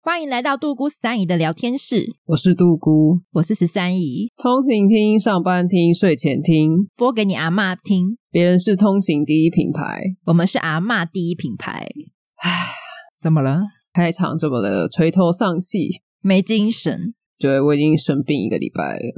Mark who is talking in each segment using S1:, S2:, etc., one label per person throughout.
S1: 欢迎来到杜姑三姨的聊天室，
S2: 我是杜姑，
S1: 我是十三姨，
S2: 通勤听、上班听、睡前听，
S1: 播给你阿嬷听。
S2: 别人是通勤第一品牌。
S1: 我们是阿嬷第一品牌。唉，怎么了？
S2: 开场这么的垂头丧气，
S1: 没精神？
S2: 对我已经生病一个礼拜了。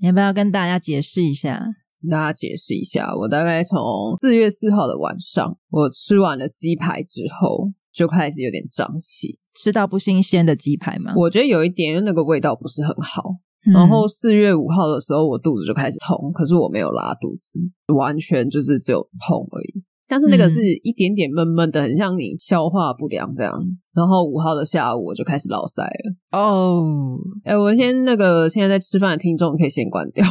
S1: 你要不要跟大家解释一下？
S2: 跟大家解释一下，我大概从四月四号的晚上，我吃完了鸡排之后，就开始有点胀气。
S1: 吃到不新鲜的鸡排吗？
S2: 我觉得有一点，因为那个味道不是很好。
S1: 嗯
S2: 然后四月五号的时候，我肚子就开始痛，可是我没有拉肚子，完全就是只有痛而已。但是那个
S1: 嗯
S2: 是一点点闷闷的，很像你消化不良这样。然后五号的下午我就开始落腮了。
S1: 哦，
S2: 哎、我先那个现在在吃饭的听众可以先关掉。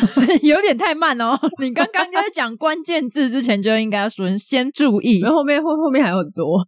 S1: 有点太慢哦。 你刚刚在讲关键字之前就应该说先注意，
S2: 然后后面后后面还有很多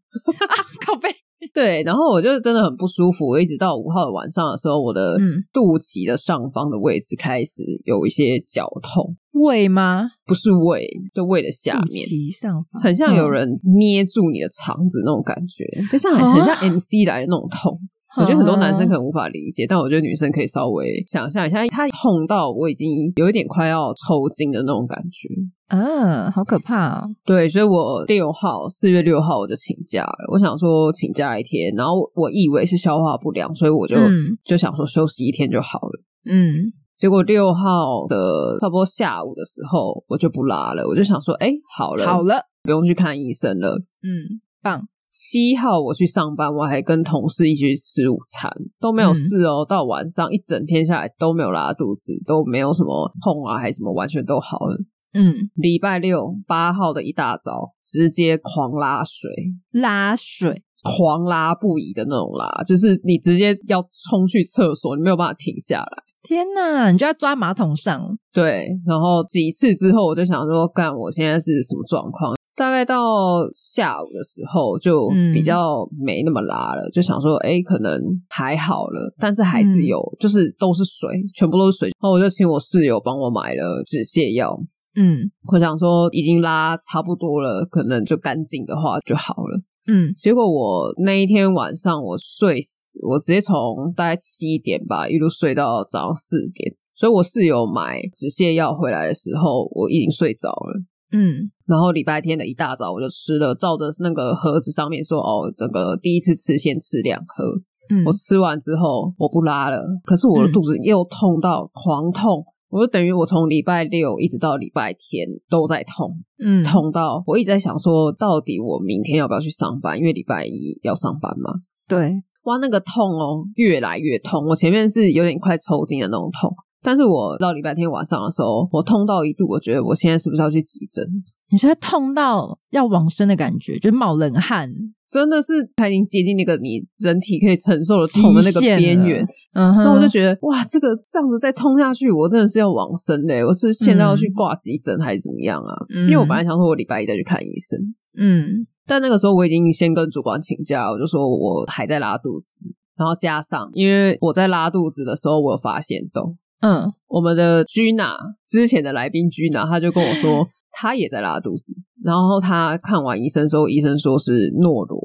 S1: 靠背。
S2: 对，然后我就真的很不舒服，我一直到五号的晚上的时候，我的
S1: 嗯
S2: 肚脐的上方的位置开始有一些绞痛，
S1: 胃吗？
S2: 不是胃，就胃的下
S1: 肚
S2: 面，
S1: 脐上方，
S2: 很像有
S1: 嗯，
S2: 人捏住你的肠子那种感觉，就像很很像 MC 来的那种痛。我觉得很多男生可能无法理解，但我觉得女生可以稍微想象一下，他痛到我已经有一点快要抽筋的那种感觉。
S1: 啊，好可怕哦。
S2: 对，所以我六号，四月六号我就请假了。我想说请假一天，然后我以为是消化不良，所以我就、
S1: 嗯
S2: 就想说休息一天就好了。
S1: 嗯，
S2: 结果六号的差不多下午的时候，我就不拉了，我就想说，哎，好了，
S1: 好，了，
S2: 不用去看医生了。
S1: 嗯，棒，
S2: 七号我去上班，我还跟同事一起去吃午餐，都没有事哦。到晚上一整天下来都没有拉肚子，都没有什么痛啊，还是什么，完全都好了。
S1: 嗯，
S2: 礼拜六八号的一大早，直接狂拉水，
S1: 拉水，
S2: 狂拉不已的那种拉，就是你直接要冲去厕所，你没有办法停下来。
S1: 天哪，你就要抓马桶上，
S2: 对，然后几次之后，我就想说，干，我现在是什么状况？大概到下午的时候，就
S1: 嗯
S2: 比较没那么拉了，就想说，哎，可能还好了，但是还是有，就是都是水，全部都是水。然后我就请我室友帮我买了止泻药，
S1: 嗯
S2: 我想说已经拉差不多了，可能就干净的话就好了。
S1: 嗯，
S2: 结果我那一天晚上我睡死，我直接从大概七点吧一路睡到早上四点，所以我室友买止泻药回来的时候，我已经睡着了。
S1: 嗯
S2: 然后礼拜天的一大早我就吃了，照着那个盒子上面说哦，那个第一次吃先吃两颗。
S1: 嗯
S2: 我吃完之后我不拉了，可是我的
S1: 嗯
S2: 肚子又痛到狂痛，我就等于我从礼拜六一直到礼拜天都在痛。
S1: 嗯，
S2: 痛到我一直在想说，到底我明天要不要去上班？因为礼拜一要上班嘛。
S1: 对，
S2: 哇，那个痛哦，越来越痛。我前面是有点快抽筋的那种痛，但是我到礼拜天晚上的时候，我痛到一度，我觉得我现在是不是要去急诊？
S1: 你是会痛到要往生的感觉，就冒冷汗，
S2: 真的是它已经接近那个你人体可以承受的痛的那个
S1: 极限了
S2: 边缘，，
S1: 嗯哼，
S2: 那我就觉得哇，这个这样子再痛下去，我真的是要往生嘞！我是现在要去挂急诊还是怎么样啊？
S1: 嗯
S2: 因为我本来想说我礼拜一再去看医生，
S1: 嗯
S2: 但那个时候我已经先跟主管请假，我就说我还在拉肚子，然后加上因为我在拉肚子的时候，我有发现到
S1: 嗯，
S2: 我们的居娜之前的来宾居娜，她就跟我 说她也在拉肚子，然后她看完医生之后，医生说是诺罗。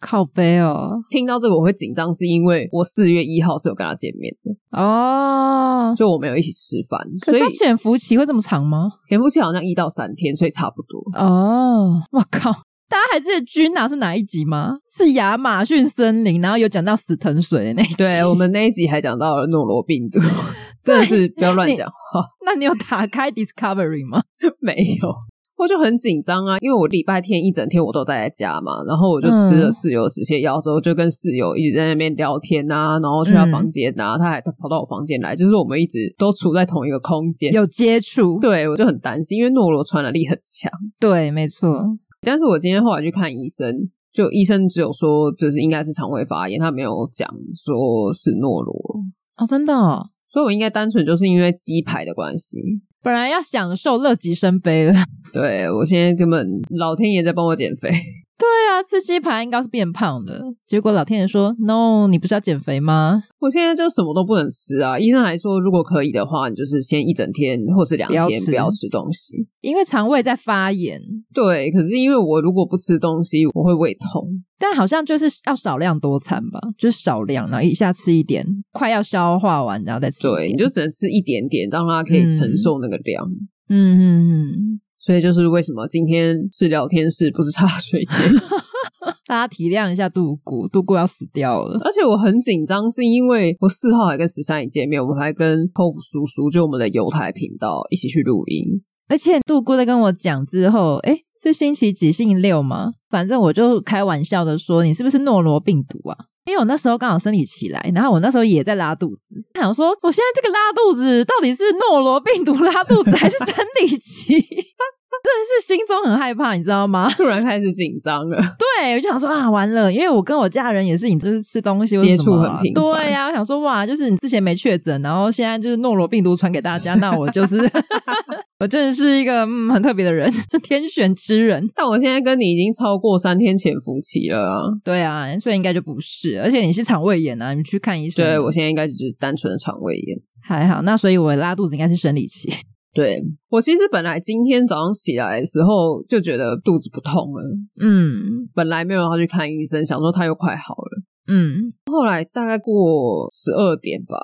S1: 靠背哦，
S2: 听到这个我会紧张，是因为我四月一号是有跟她见面的，
S1: 哦，
S2: 就我们有一起吃饭，
S1: 可
S2: 所
S1: 是
S2: 以
S1: 它潜伏期会这么长吗？
S2: 潜伏期好像一到三天，所以差不多。
S1: 哦，我靠！大家还记得君啊娜是哪一集吗？是亚马逊森林，然后有讲到死藤水的那一集。
S2: 对我们那一集还讲到了诺罗病 毒，真的是不要乱讲话。
S1: 那你有打开 Discovery 吗？
S2: 没有，我就很紧张啊，因为我礼拜天一整天我都待在家嘛，然后我就吃了
S1: 嗯
S2: 室友止泻药之后，就跟室友一直在那边聊天啊，然后去他
S1: 嗯
S2: 房间啊，他还跑到我房间来，就是我们一直都处在同一个空间。
S1: 有接触，
S2: 对，我就很担心，因为诺罗传染力很强。
S1: 对，没错，
S2: 但是我今天后来去看医生，就医生只有说就是应该是肠胃发炎，他没有讲说是诺罗，
S1: 哦，真的、哦，
S2: 所以我应该单纯就是因为鸡排的关系。
S1: 本来要享受乐极生悲了。
S2: 对我现在根本老天爷在帮我减 肥，
S1: 对啊，吃鸡排应该是变胖的，结果老天爷说：“No，你不是要减肥吗？
S2: 我现在就什么都不能吃啊。医生还说，如果可以的话，你就是先一整天或是两
S1: 不要
S2: 天
S1: 吃
S2: 不要吃东西。
S1: 因为肠胃在发炎，
S2: 对，可是因为我如果不吃东西，我会胃痛。
S1: 但好像就是要少量多餐吧，就是少量，然后一下吃一点，快要消化完，然后再吃一
S2: 对，
S1: 点。
S2: 你就只能吃一点点，让它可以承
S1: 嗯
S2: 受那个量。
S1: 嗯嗯嗯，
S2: 所以就是为什么今天是聊天室，不是茶水间。
S1: 大家体谅一下杜姑，杜姑要死掉了。
S2: 而且我很紧张，是因为我四号还跟十三姨见面，我们还跟豆腐叔叔，就我们的犹太频道一起去录音。
S1: 而且杜姑在跟我讲之后，诶，是星期几？星期六吗？反正我就开玩笑的说，你是不是诺罗病毒啊？因为我那时候刚好生理期来，然后我那时候也在拉肚子，想说我现在这个拉肚子到底是诺罗病毒拉肚子，还是生理期？ 真的是心中很害怕，你知道吗？
S2: 突然开始紧张了，
S1: 对，我就想说啊，完了，因为我跟我家人也是，你就是吃东西或是什么
S2: 接触很频繁
S1: 对呀、我想说哇，就是你之前没确诊，然后现在就是诺罗病毒传给大家，那我就是 我真的是一个嗯很特别的人， 天选之人。
S2: 但我现在跟你已经超过三天潜伏期了啊！
S1: 对啊，所以应该就不是，而且你是肠胃炎啊，你去看医生。
S2: 对我现在应该只是单纯的肠胃炎。
S1: 还好，那所以我拉肚子应该是生理期。
S2: 对我其实本来今天早上起来的时候就觉得肚子不痛了，
S1: 嗯
S2: 本来没有要去看医生，想说它又快好了。
S1: 嗯，
S2: 后来大概过十二点吧，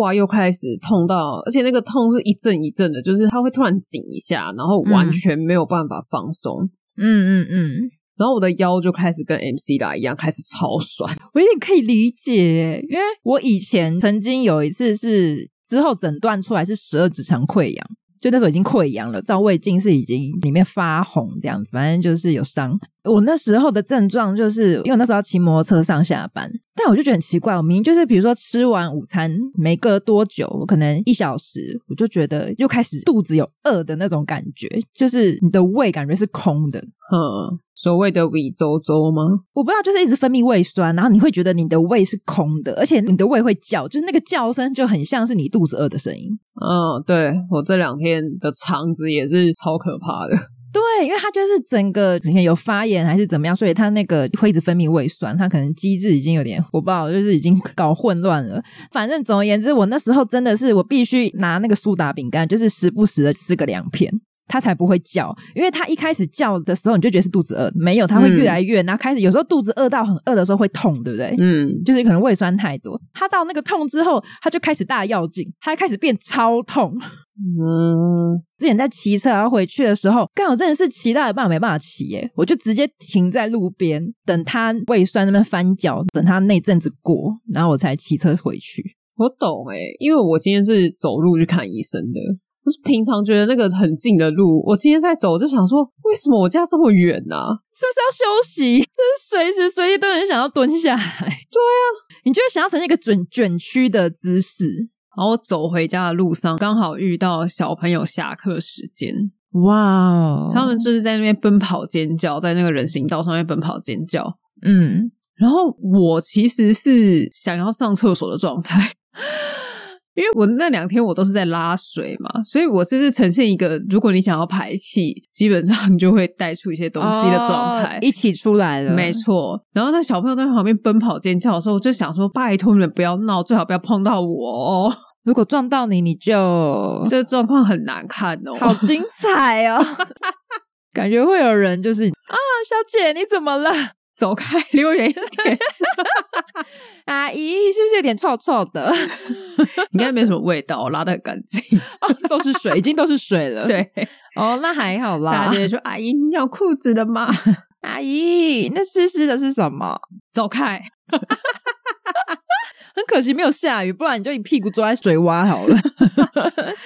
S2: 哇，又开始痛到，而且那个痛是一阵一阵的，就是它会突然紧一下，然后完全没有办法放松。
S1: 嗯嗯嗯，
S2: 然后我的腰就开始跟 MC 打一样，开始超酸。
S1: 我有点可以理解，因为我以前曾经有一次是之后诊断出来是十二指肠溃疡，就那时候已经溃疡了，照胃镜是已经里面发红这样子，反正就是有伤。我那时候的症状就是，因为我那时候要骑摩托车上下班，但我就觉得很奇怪，我明明就是比如说吃完午餐没隔多久，我可能一小时，我就觉得又开始肚子有饿的那种感觉，就是你的胃感觉是空的，
S2: 嗯，所谓的胃周周吗？
S1: 我不知道，就是一直分泌胃酸，然后你会觉得你的胃是空的，而且你的胃会叫，就是那个叫声就很像是你肚子饿的声音。
S2: 嗯，对我这两天的肠子也是超可怕的。
S1: 对，因为它就是整个之前有发炎还是怎么样，所以它那个会一直分泌胃酸，它可能机制已经有点我不知道，就是已经搞混乱了。反正总而言之，我那时候真的是我必须拿那个苏打饼干，就是时不时的吃个两片。它才不会叫，因为它一开始叫的时候，你就觉得是肚子饿，没有，它会越来越，然后开始有时候肚子饿到很饿的时候会痛，对不对？
S2: 嗯，
S1: 就是可能胃酸太多，他到那个痛之后，他就开始大药劲，他开始变超痛。
S2: 嗯，
S1: 之前在骑车然啊后回去的时候，刚好真的是骑到一半我没办法骑耶，我就直接停在路边，等他胃酸那边翻脚，等他那阵子过，然后我才骑车回去。
S2: 我懂诶、因为我今天是走路去看医生的。就是平常觉得那个很近的路，我今天在走，我就想说，为什么我家这么远呢、啊？
S1: 是不是要休息？ 就是随时随地都很想要蹲下来。对啊，你就会想要呈现一个卷卷曲的姿势。
S2: 然后我走回家的路上，刚好遇到小朋友下课时间，
S1: 哇哦
S2: 他们就是在那边奔跑尖叫，在那个人行道上面奔跑尖叫。
S1: 嗯，
S2: 然后我其实是想要上厕所的状态，因为我那两天我都是在拉水嘛，所以我就是呈现一个，如果你想要排气，基本上你就会带出一些东西的状态。
S1: 哦一起出来了，
S2: 没错，然后那小朋友在旁边奔跑尖叫的时候，我就想说：拜托你们不要闹，最好不要碰到我哦，
S1: 如果撞到你，你就
S2: 这个状况很难看哦。
S1: 好精彩哦！ 感觉会有人就是啊，小姐你怎么了？
S2: 走开，离我远一点。
S1: 阿姨是不是有点臭臭的？
S2: 应该没什么味道，拉的很干净。
S1: 哦，都是水，已经都是水了。，
S2: 对，
S1: 哦，那还好
S2: 大家
S1: 啦
S2: 就。会说：“阿姨，你有裤子的吗
S1: 阿姨，那湿湿的是什么？？”
S2: 走开。
S1: 很可惜没有下雨，不然你就一屁股坐在水洼好 了，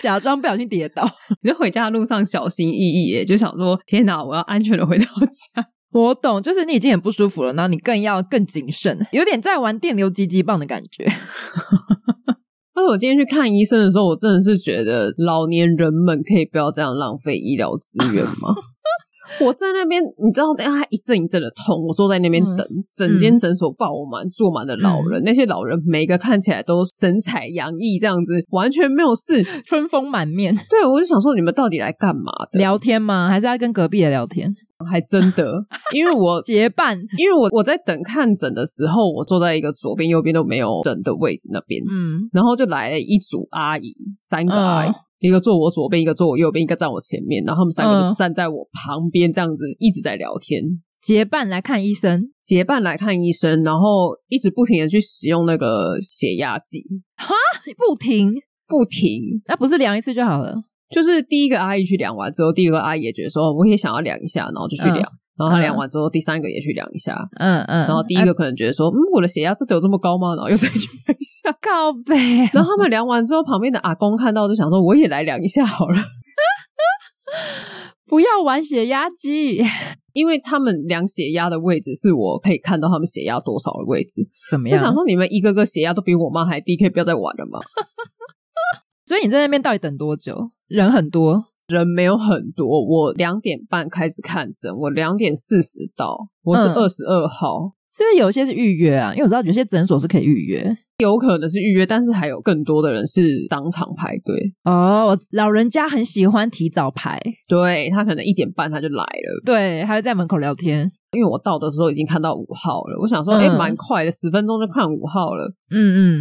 S1: 假装不小心跌倒。
S2: 你就回家的路上小心翼翼耶，就想说：“天哪，我要安全的回到家。
S1: 我懂，就是你已经很不舒服了，然后你更要更谨慎，有点在玩电流击击棒的感觉。”
S2: 但是我今天去看医生的时候，我 真的是觉得老年人们可以不要这样浪费医疗资源吗？我在那边，你知道，等下他一阵一阵的痛，我坐在那边等，整间诊所爆满，坐满了老人，那些老人每个看起来都神采洋溢，这样子完全没有事。
S1: 春风满面，
S2: 对我就想说，你们到底来干嘛的？
S1: 聊天吗？还是要跟隔壁的聊天？
S2: 还真的，因为我
S1: 结伴，
S2: 因为我我在等看诊的时候，我坐在一个左边右边都没有人的位置那边，
S1: 嗯，
S2: 然后就来了一组阿姨，三个阿姨。
S1: 嗯
S2: 一个坐我左边，一个坐我右边，一个站我前面，然后他们三个
S1: 嗯
S2: 就站在我旁边，这样子一直在聊天，
S1: 结伴来看医生，
S2: 结伴来看医生，然后一直不停的去使用那个血压计，
S1: 不停，
S2: 不停。
S1: 那不是量一次就好了？
S2: 就是第一个阿姨去量完之后，第二个阿姨也觉得说，哦我也想要量一下，然后就去量，然后她量完之后，第三个也去量一下，
S1: 嗯嗯，
S2: 然后第一个可能觉得说，嗯，我的血压真的有这么高吗？然后又再去量一下。
S1: 告白，
S2: 然后他们量完之后，旁边的阿公看到就想说，我也来量一下好了，
S1: 不要玩血压计，
S2: 因为他们量血压的位置是我可以看到他们血压多少的位置。
S1: 怎么
S2: 我
S1: 样？
S2: 想说，你们一个个血压都比我妈还低，可以不要再玩了吗？
S1: 所以你在那边到底等多久？人很多，
S2: 人没有很多，我两点半开始看诊，我两点四十到，我是
S1: 嗯
S2: 二十二号，
S1: 是不是有些是预约啊？因为我知道有些诊所是可以预约。
S2: 有可能是预约，但是还有更多的人是当场排队。
S1: 哦，我老人家很喜欢提早排，
S2: 对他可能一点半他就来了，
S1: 对，还会在门口聊天。
S2: 因为我到的时候已经看到五号了，我想说，
S1: 嗯
S2: 哎、蛮快的，十分钟就看五号了，
S1: 嗯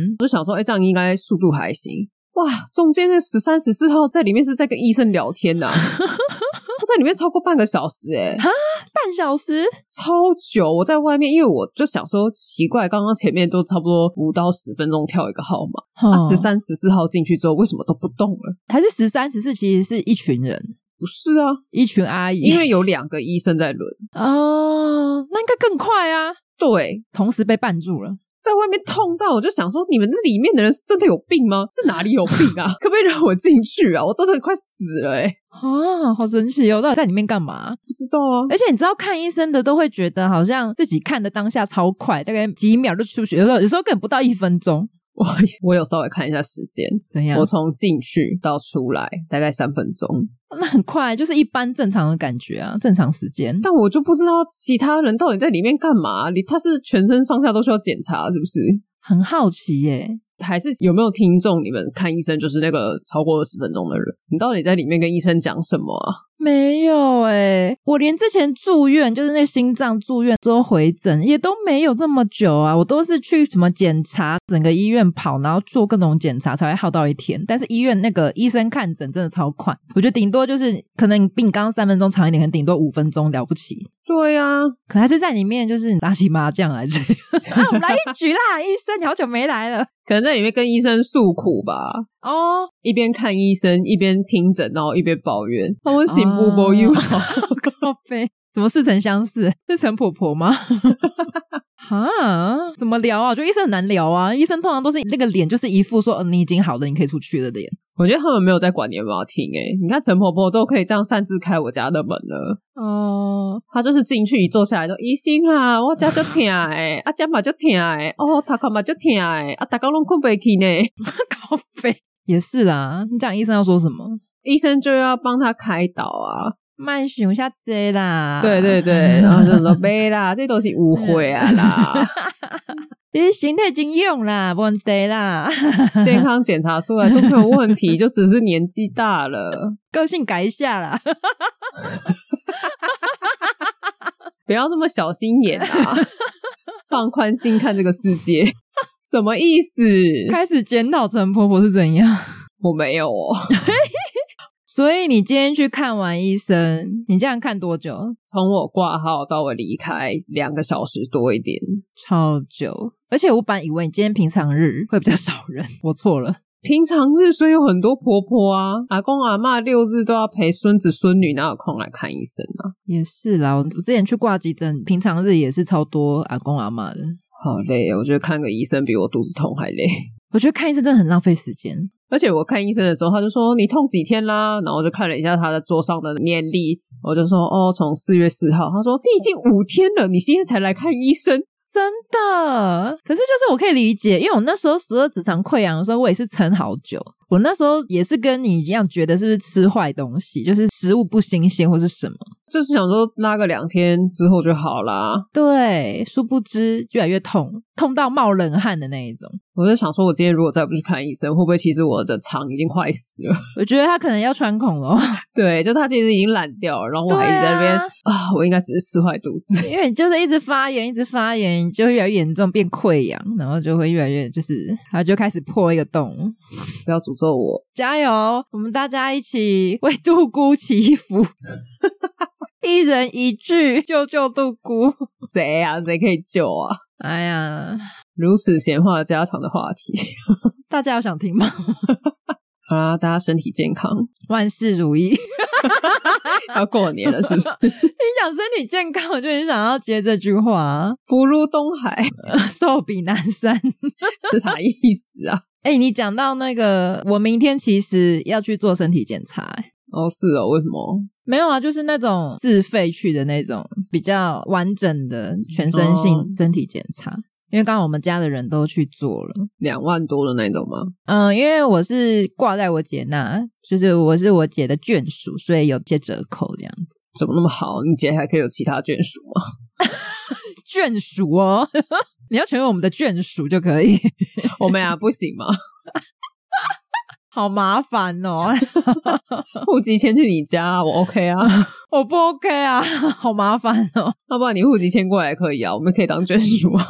S1: 嗯，
S2: 我就想说，哎、这样应该速度还行。哇，中间那十三、十四号在里面是在跟医生聊天呐、我在里面超过半个小时、哎，
S1: 半小时，
S2: 超久。我在外面，因为我就想说奇怪，刚刚前面都差不多五到十分钟跳一个号码，啊，十
S1: 哦
S2: 三、十四号进去之后为什么都不动了？
S1: 还是十三、十四，其实是一群人，
S2: 不是啊，
S1: 一群阿姨。
S2: 因为有两个医生在轮，
S1: 哦，那应该更快啊，
S2: 对，
S1: 同时被绊住了。
S2: 在外面痛到我就想说，你们这里面的人是真的有病吗？是哪里有病啊？ 可不可以让我进去啊？我真的快死了哎、
S1: 啊，好神奇哦！到底在里面干嘛？
S2: 不知道啊。
S1: 而且你知道，看医生的都会觉得好像自己看的当下超快，大概几秒就出去，有时候有时候根本不到一分钟，
S2: 我 我有稍微看一下时间，
S1: 怎样
S2: 我？从进去到出来大概三分钟，
S1: 那很快，就是一般正常的感觉啊，正常时间。
S2: 但我就不知道其他人到底在里面干嘛。你他是全身上下都需要检查，是不是？
S1: 很好奇耶，
S2: 还是有没有听众？你们看医生就是那个超过二十分钟的人，你到底在里面跟医生讲什么啊？
S1: 没有哎，我连之前住院，就是那心脏住院之后回诊，也都没有这么久啊。我都是去什么检查，整个医院跑，然后做各种检查，才会耗到一天。但是医院那个医生看诊真的超快，我觉得顶多就是可能比你刚刚三分钟长一点，可能顶多五分钟了不起。
S2: 对呀、啊，
S1: 可还是在里面就是你打起麻将来着。 啊，我们来一局啦，医生，你好久没来了
S2: 可能在里面跟医生诉苦吧，
S1: 哦。
S2: 一边看医生一边听诊，然后一边抱怨啊我醒不波又好。
S1: 靠背，怎么似曾相识？是陈婆婆吗？ 啊，怎么聊啊？我觉得医生很难聊啊。医生通常都是那个脸，就是一副说、呃、你已经好了，你可以出去了的脸。
S2: 我觉得他们没有在管你有没有听诶、你看陈婆婆都可以这样擅自开我家的门了，
S1: 哦、
S2: 她就是进去一坐下来就医生啊，我家就疼诶、啊家嘛就疼诶、哦他看嘛就疼诶、啊大家拢困不起呢、
S1: 靠背也是啦。你讲医生要说什么？
S2: 医生就要帮他开导啊，
S1: 慢熊下 J 啦，
S2: 对 对对，然后就说没啦，这都是误会啊啦，
S1: 这是形态经用啦，问题啦，
S2: 健康检查出来都没有问题，就只是年纪大了，
S1: 个性改一下啦。
S2: 不要这么小心眼啊，放宽心看这个世界，什么意思？
S1: 开始检讨陈婆婆是怎样。
S2: 我没有哦，
S1: 所以你今天去看完医生，你这样看多久？
S2: 从我挂号到我离开两个小时多一点，
S1: 超久。而且我本来以为你今天平常日会比较少人，我错了。
S2: 平常日所以有很多婆婆啊、阿公阿嬷六日都要陪孙子孙女，哪有空来看医生啊？
S1: 也是啦，我之前去挂急诊，平常日也是超多阿公阿嬷的。
S2: 好累哦，我觉得看个医生比我肚子痛还累。
S1: 我觉得看医生真的很浪费时间。
S2: 而且我看医生的时候，他就说你痛几天啦，然后我就看了一下他的桌上的年历，我就说哦，从四月四号。他说你已经五天了，你今天才来看医生，
S1: 真的，可是就是我可以理解，因为我那时候十二指肠溃疡的时候，我也是撑好久。我那时候也是跟你一样，觉得是不是吃坏东西，就是食物不新鲜或是什么。
S2: 就是想说拉个两天之后就好啦。
S1: 对，殊不知越来越痛，痛到冒冷汗的那一种。
S2: 我就想说，我今天如果再不去看医生，会不会其实我的肠已经快死了？
S1: 我觉得他可能要穿孔了，
S2: 对，就它其实已经烂掉了，然后我还一直在那边
S1: 对啊
S2: 啊，我应该只是吃坏肚子。
S1: 因为你就是一直发炎，一直发炎，就会越来越严重，变溃疡，然后就会越来越就是，它就开始破一个洞。
S2: 不要诅咒我，
S1: 加油！我们大家一起为杜姑祈福， 一人一句救救杜姑。
S2: 谁呀、谁可以救啊？
S1: 哎呀，
S2: 如此闲话家常的话题。
S1: 大家有想听吗？
S2: 好啦，大家身体健康，
S1: 万事如意。 你
S2: 要过年了是不是？
S1: 想身体健康，我就很想要接这句话、 啊，
S2: 福如东海
S1: 寿比南山。
S2: 是啥意思啊？
S1: 哎、你讲到那个，我明天其实要去做身体检查、哎
S2: 哦，是哦，为什么？
S1: 没有啊，就是那种自费去的那种比较完整的全身
S2: 哦
S1: 性身体检查，因为刚好我们家的人都去做了。
S2: 两万多的那种吗？
S1: 嗯，因为我是挂在我姐那，就是我是我姐的眷属，所以有些折扣这样子。
S2: 怎么那么好？你姐还可以有其他眷属吗？
S1: 眷属哦， 你要成为我们的眷属就可以，
S2: 我们俩不行吗？
S1: 好麻烦哦，
S2: 户籍迁去你家啊，我 OK 啊，
S1: 我不 OK 啊，好麻烦哦，
S2: 要不然你户籍迁过来也可以啊，我们可以当眷属啊。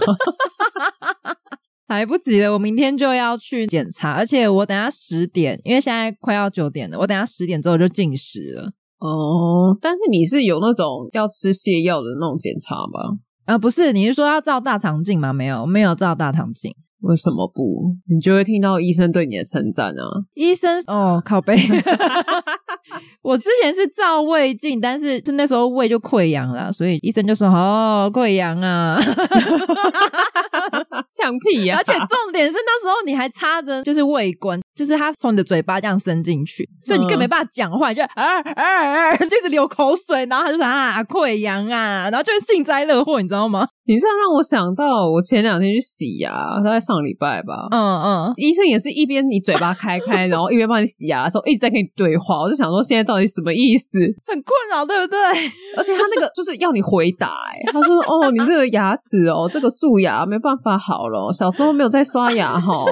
S1: 来不及了，我明天就要去检查，而且我等下十点，因为现在快要九点了，我等下十点之后就进食了。
S2: 哦，但是你是有那种要吃泻药的那种检查吗？
S1: 啊、不是，你是说要照大肠镜吗？没有，没有照大肠镜。
S2: 为什么不？你就会听到医生对你的称赞啊。
S1: 医生哦，靠背。 我之前是照胃镜，但是是那时候胃就溃疡了，所以医生就说哦，溃疡啊。
S2: 啊呛屁呀、
S1: 而且重点是那时候你还插着就是胃管，就是它从你的嘴巴这样伸进去，所以你更没办法讲话，你就啊啊啊， 就一直流口水，然后他就说啊溃疡啊，然后就幸灾乐祸，你知道吗？
S2: 你这样让我想到，我前两天去洗牙、大概上礼拜吧。
S1: 嗯嗯，
S2: 医生也是一边你嘴巴开开，然后一边帮你洗牙的时候一直在跟你对话，我就想说现在到底什么意思？
S1: 很困扰，对不对？
S2: 而且他那个就是要你回答、欸，他说：“哦，你这个牙齿哦，这个蛀牙没办法好了哦，小时候没有在刷牙哈。”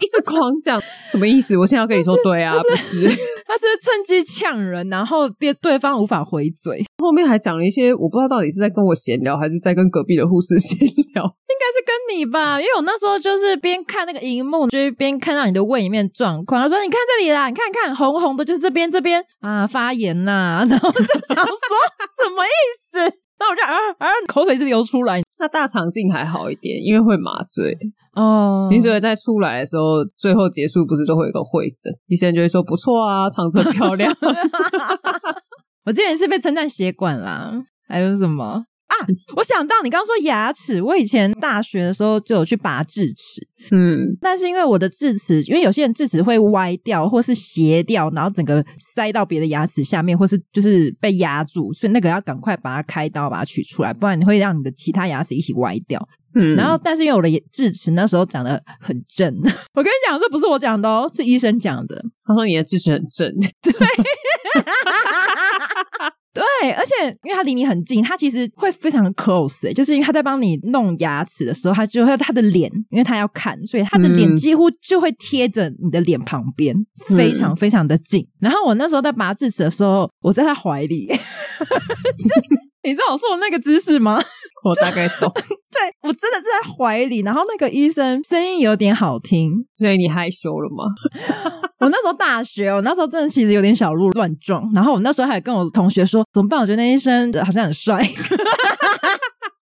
S2: 一直狂讲什么意思？我现在要跟你说，对啊，不是。
S1: 他是不是趁机呛人，然后别对方无法回嘴。
S2: 后面还讲了一些，我不知道到底是在跟我闲聊，还是在跟隔壁的护士 闲聊。
S1: 应该是跟你吧，因为我那时候就是边看那个荧幕，就是边看到你的胃里面状况。他说：“你看这里啦，你看看红红的，就是这边这边啊发炎啦。” 然后我就想说什么意思？那我就啊啊，口水是流出来
S2: 那大肠镜还好一点，因为会麻醉。
S1: 哦
S2: 你只会在出来的时候，最后结束不是都会有个会诊，医生就会说不错啊，肠子很漂 亮。
S1: 我之前是被称赞血管啦，还有什么啊？我想到你刚刚说牙齿，我以前大学的时候就有去拔智齿，
S2: 嗯，
S1: 但是因为我的智齿，因为有些人智齿会歪掉或是斜掉，然后整个塞到别的牙齿下面，或是就是被压住，所以那个要赶快把它开刀把它取出来，不然你会让你的其他牙齿一起歪掉。
S2: 嗯
S1: 然后，但是因为我的智齿那时候长得很正， 我跟你讲，这不是我讲的哦，是医生讲的。
S2: 他说你的智齿很正，
S1: 对，而且因为它离你很近，它其实会非常 close，、欸、就是因为他在帮你弄牙齿的时候，他就会他的脸，因为他要看，所以他的脸
S2: 嗯
S1: 几乎就会贴着你的脸旁边，非常非常的近。然后我那时候在拔智齿的时候，我在他怀里， 就是你知道我说的那个姿势吗？
S2: 我大概 懂。
S1: 对我真的是在怀里，然后那个医生声音有点好听，
S2: 所以你害羞了吗？
S1: 我那时候大学，哦我那时候真的其实有点小鹿乱撞，然后我那时候还跟我同学说怎么办？我觉得那医生好像很帅。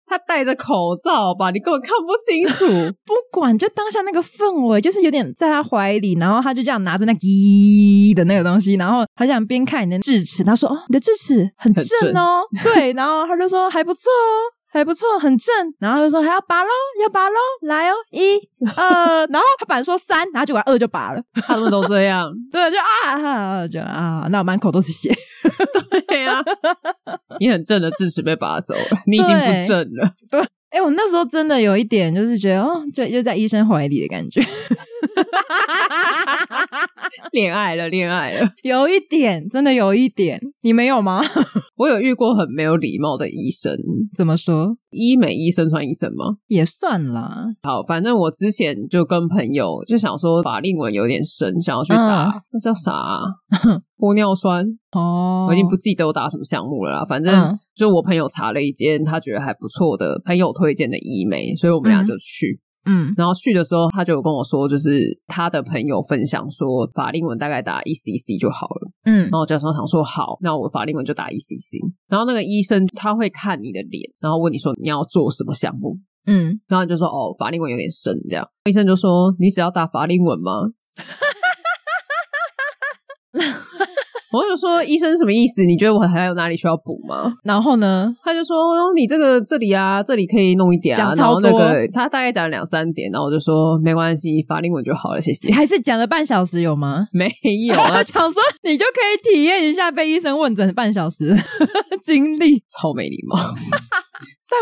S2: 他戴着口罩吧，你根本看不清 楚。
S1: 不管，就当下那个氛围，就是有点在他怀里，然后他就这样拿着那个咦的那个东西，然后他这样边看你的智齿，他说：“哦，你的智齿很
S2: 很
S1: 正哦。”对，然后他就说：“还不错哦，还不错，很正。”然后他就说：“还要拔喽，要拔喽，来哦，一、二。”然后他本来说三，然后结果二就拔了，
S2: 他们都这样，
S1: 对，就啊，就啊，那我满口都是血。
S2: 对呀、你很正的智齿被拔 走了，你已经不正了。
S1: 哎、我那时候真的有一点，就是觉得哦，就就在医生怀里的感觉。
S2: 恋爱了，恋爱了。
S1: 有一点，真的有一点，你没有吗？
S2: 我有遇过很没有礼貌的医生，
S1: 怎么说
S2: 医美医生算医生吗？
S1: 也算啦，
S2: 好，反正我之前就跟朋友就想说法令纹有点深，想要去打、
S1: 嗯
S2: 那叫啥啊、玻尿酸，
S1: 哦，
S2: 我已经不记得我打什么项目了啦。反正、
S1: 嗯
S2: 就我朋友查了一间他觉得还不错的朋友推荐的医美，所以我们俩就去。
S1: 嗯
S2: 然后去的时候，他就有跟我说，就是他的朋友分享说法令纹大概打一 cc 就好了。
S1: 嗯
S2: 然后我教授想说好，那我法令纹就打一 cc。然后那个医生他会看你的脸，然后问你说你要做什么项目，
S1: 嗯，
S2: 然后你就说哦法令纹有点深这样。医生就说你只要打法令纹吗？ 我就说医生什么意思？你觉得我还有哪里需要补吗？
S1: 然后呢？
S2: 他就说、哦你这个这里啊，这里可以弄一点啊。
S1: 讲
S2: 然
S1: 超
S2: 后
S1: 多
S2: 那个他大概讲了两三点，然后我就说没关系，法令纹就好了，谢谢
S1: 你。还是讲了半小时有吗？
S2: 没有啊
S1: 我， 想说你就可以体验一下被医生问诊半小时的 经历。
S2: 超没礼貌。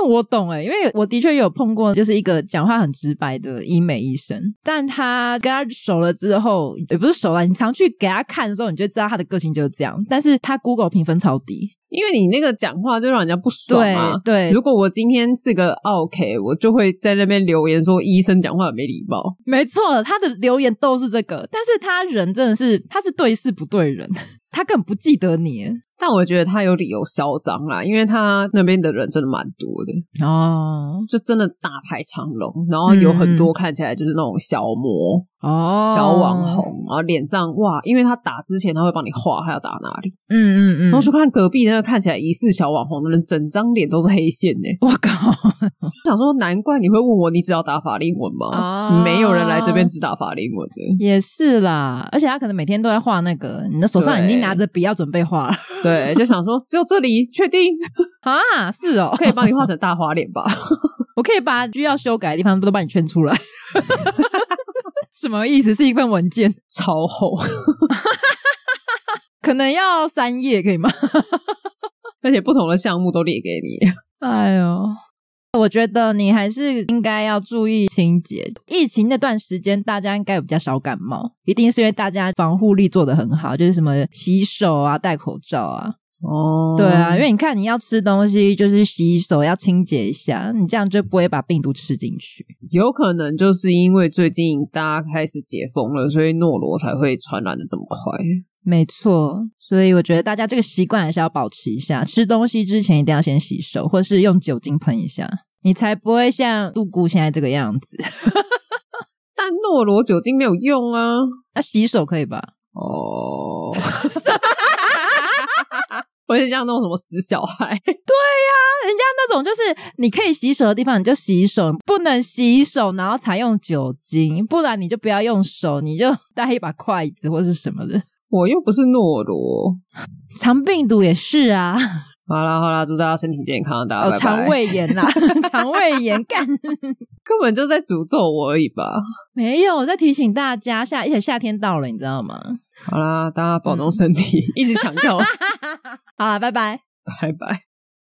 S1: 但我懂哎、因为我的确有碰过，就是一个讲话很直白的医美医生，但他跟他熟了之后，也不是熟了，你常去给他看的时候，你就知道他的个性就是这样。但是他 Google 评分超低，
S2: 因为你那个讲话就让人家不爽
S1: 对
S2: 啊。
S1: 对，
S2: 如果我今天是个哦 OK，我就会在那边留言说医生讲话很没礼貌。
S1: 没错，他的留言都是这个，但是他人真的是他是对事不对人， 他根本不记得你
S2: 但我觉得他有理由嚣张啦，因为他那边的人真的蛮多的，
S1: 哦
S2: 就真的大排长龙，然后有
S1: 嗯
S2: 很多看起来就是那种小模、
S1: 哦
S2: 小网，红，然后脸上哇，因为他打之前他会帮你画，他要打哪里，
S1: 嗯嗯
S2: 然后
S1: 嗯，
S2: 就看隔壁那个看起来疑似小网红的人，整张脸都是黑线呢、
S1: 我 靠，
S2: 我想说，难怪你会问我，你只要打法令纹吗？
S1: 哦
S2: 没有人来这边只打法令纹的。
S1: 也是啦，而且他可能每天都在画那个，你的手上已经拿着笔要准备画了
S2: 对，就想说只有这里确定
S1: 啊，是哦，
S2: 可以帮你画成大花脸吧？
S1: 我可以把需要修改的地方都帮你圈出来。 什么意思？是一份文件，
S2: 超厚，
S1: 可能要三页，可以吗？
S2: 而且不同的项目都列给你。
S1: 哎呦，我觉得你还是应该要注意清洁。疫情那段时间，大家应该有比较少感冒，一定是因为大家防护力做得很好，就是什么洗手啊、戴口罩啊。
S2: 哦
S1: 对啊，因为你看你要吃东西，就是洗手要清洁一下，你这样就不会把病毒吃进去。
S2: 有可能就是因为最近大家开始解封了，所以诺罗才会传染的这么快。
S1: 没错，所以我觉得大家这个习惯还是要保持一下，吃东西之前一定要先洗手，或是用酒精喷一下，你才不会像杜姑现在这个样子。
S2: 但诺罗酒精没有用啊。
S1: 那洗手可以吧？
S2: 哦， 我是像那种什么死小孩，
S1: 人家那种就是你可以洗手的地方你就洗手，不能洗手然后才用酒精，不然你就不要用手，你就带一把筷子或是什么的。
S2: 我又不是诺罗。
S1: 肠病毒也是啊，
S2: 好啦好啦，祝大家身体健康，大家拜
S1: 哦，
S2: 拜。
S1: 肠胃炎 啦、肠胃炎干。
S2: 根本就在诅咒我而已吧。
S1: 没有，我在提醒大家，夏而且夏天到了，你知道吗？
S2: 嗯 好啦，大家保重身体，一直强调，
S1: 好了，拜拜。
S2: 拜拜。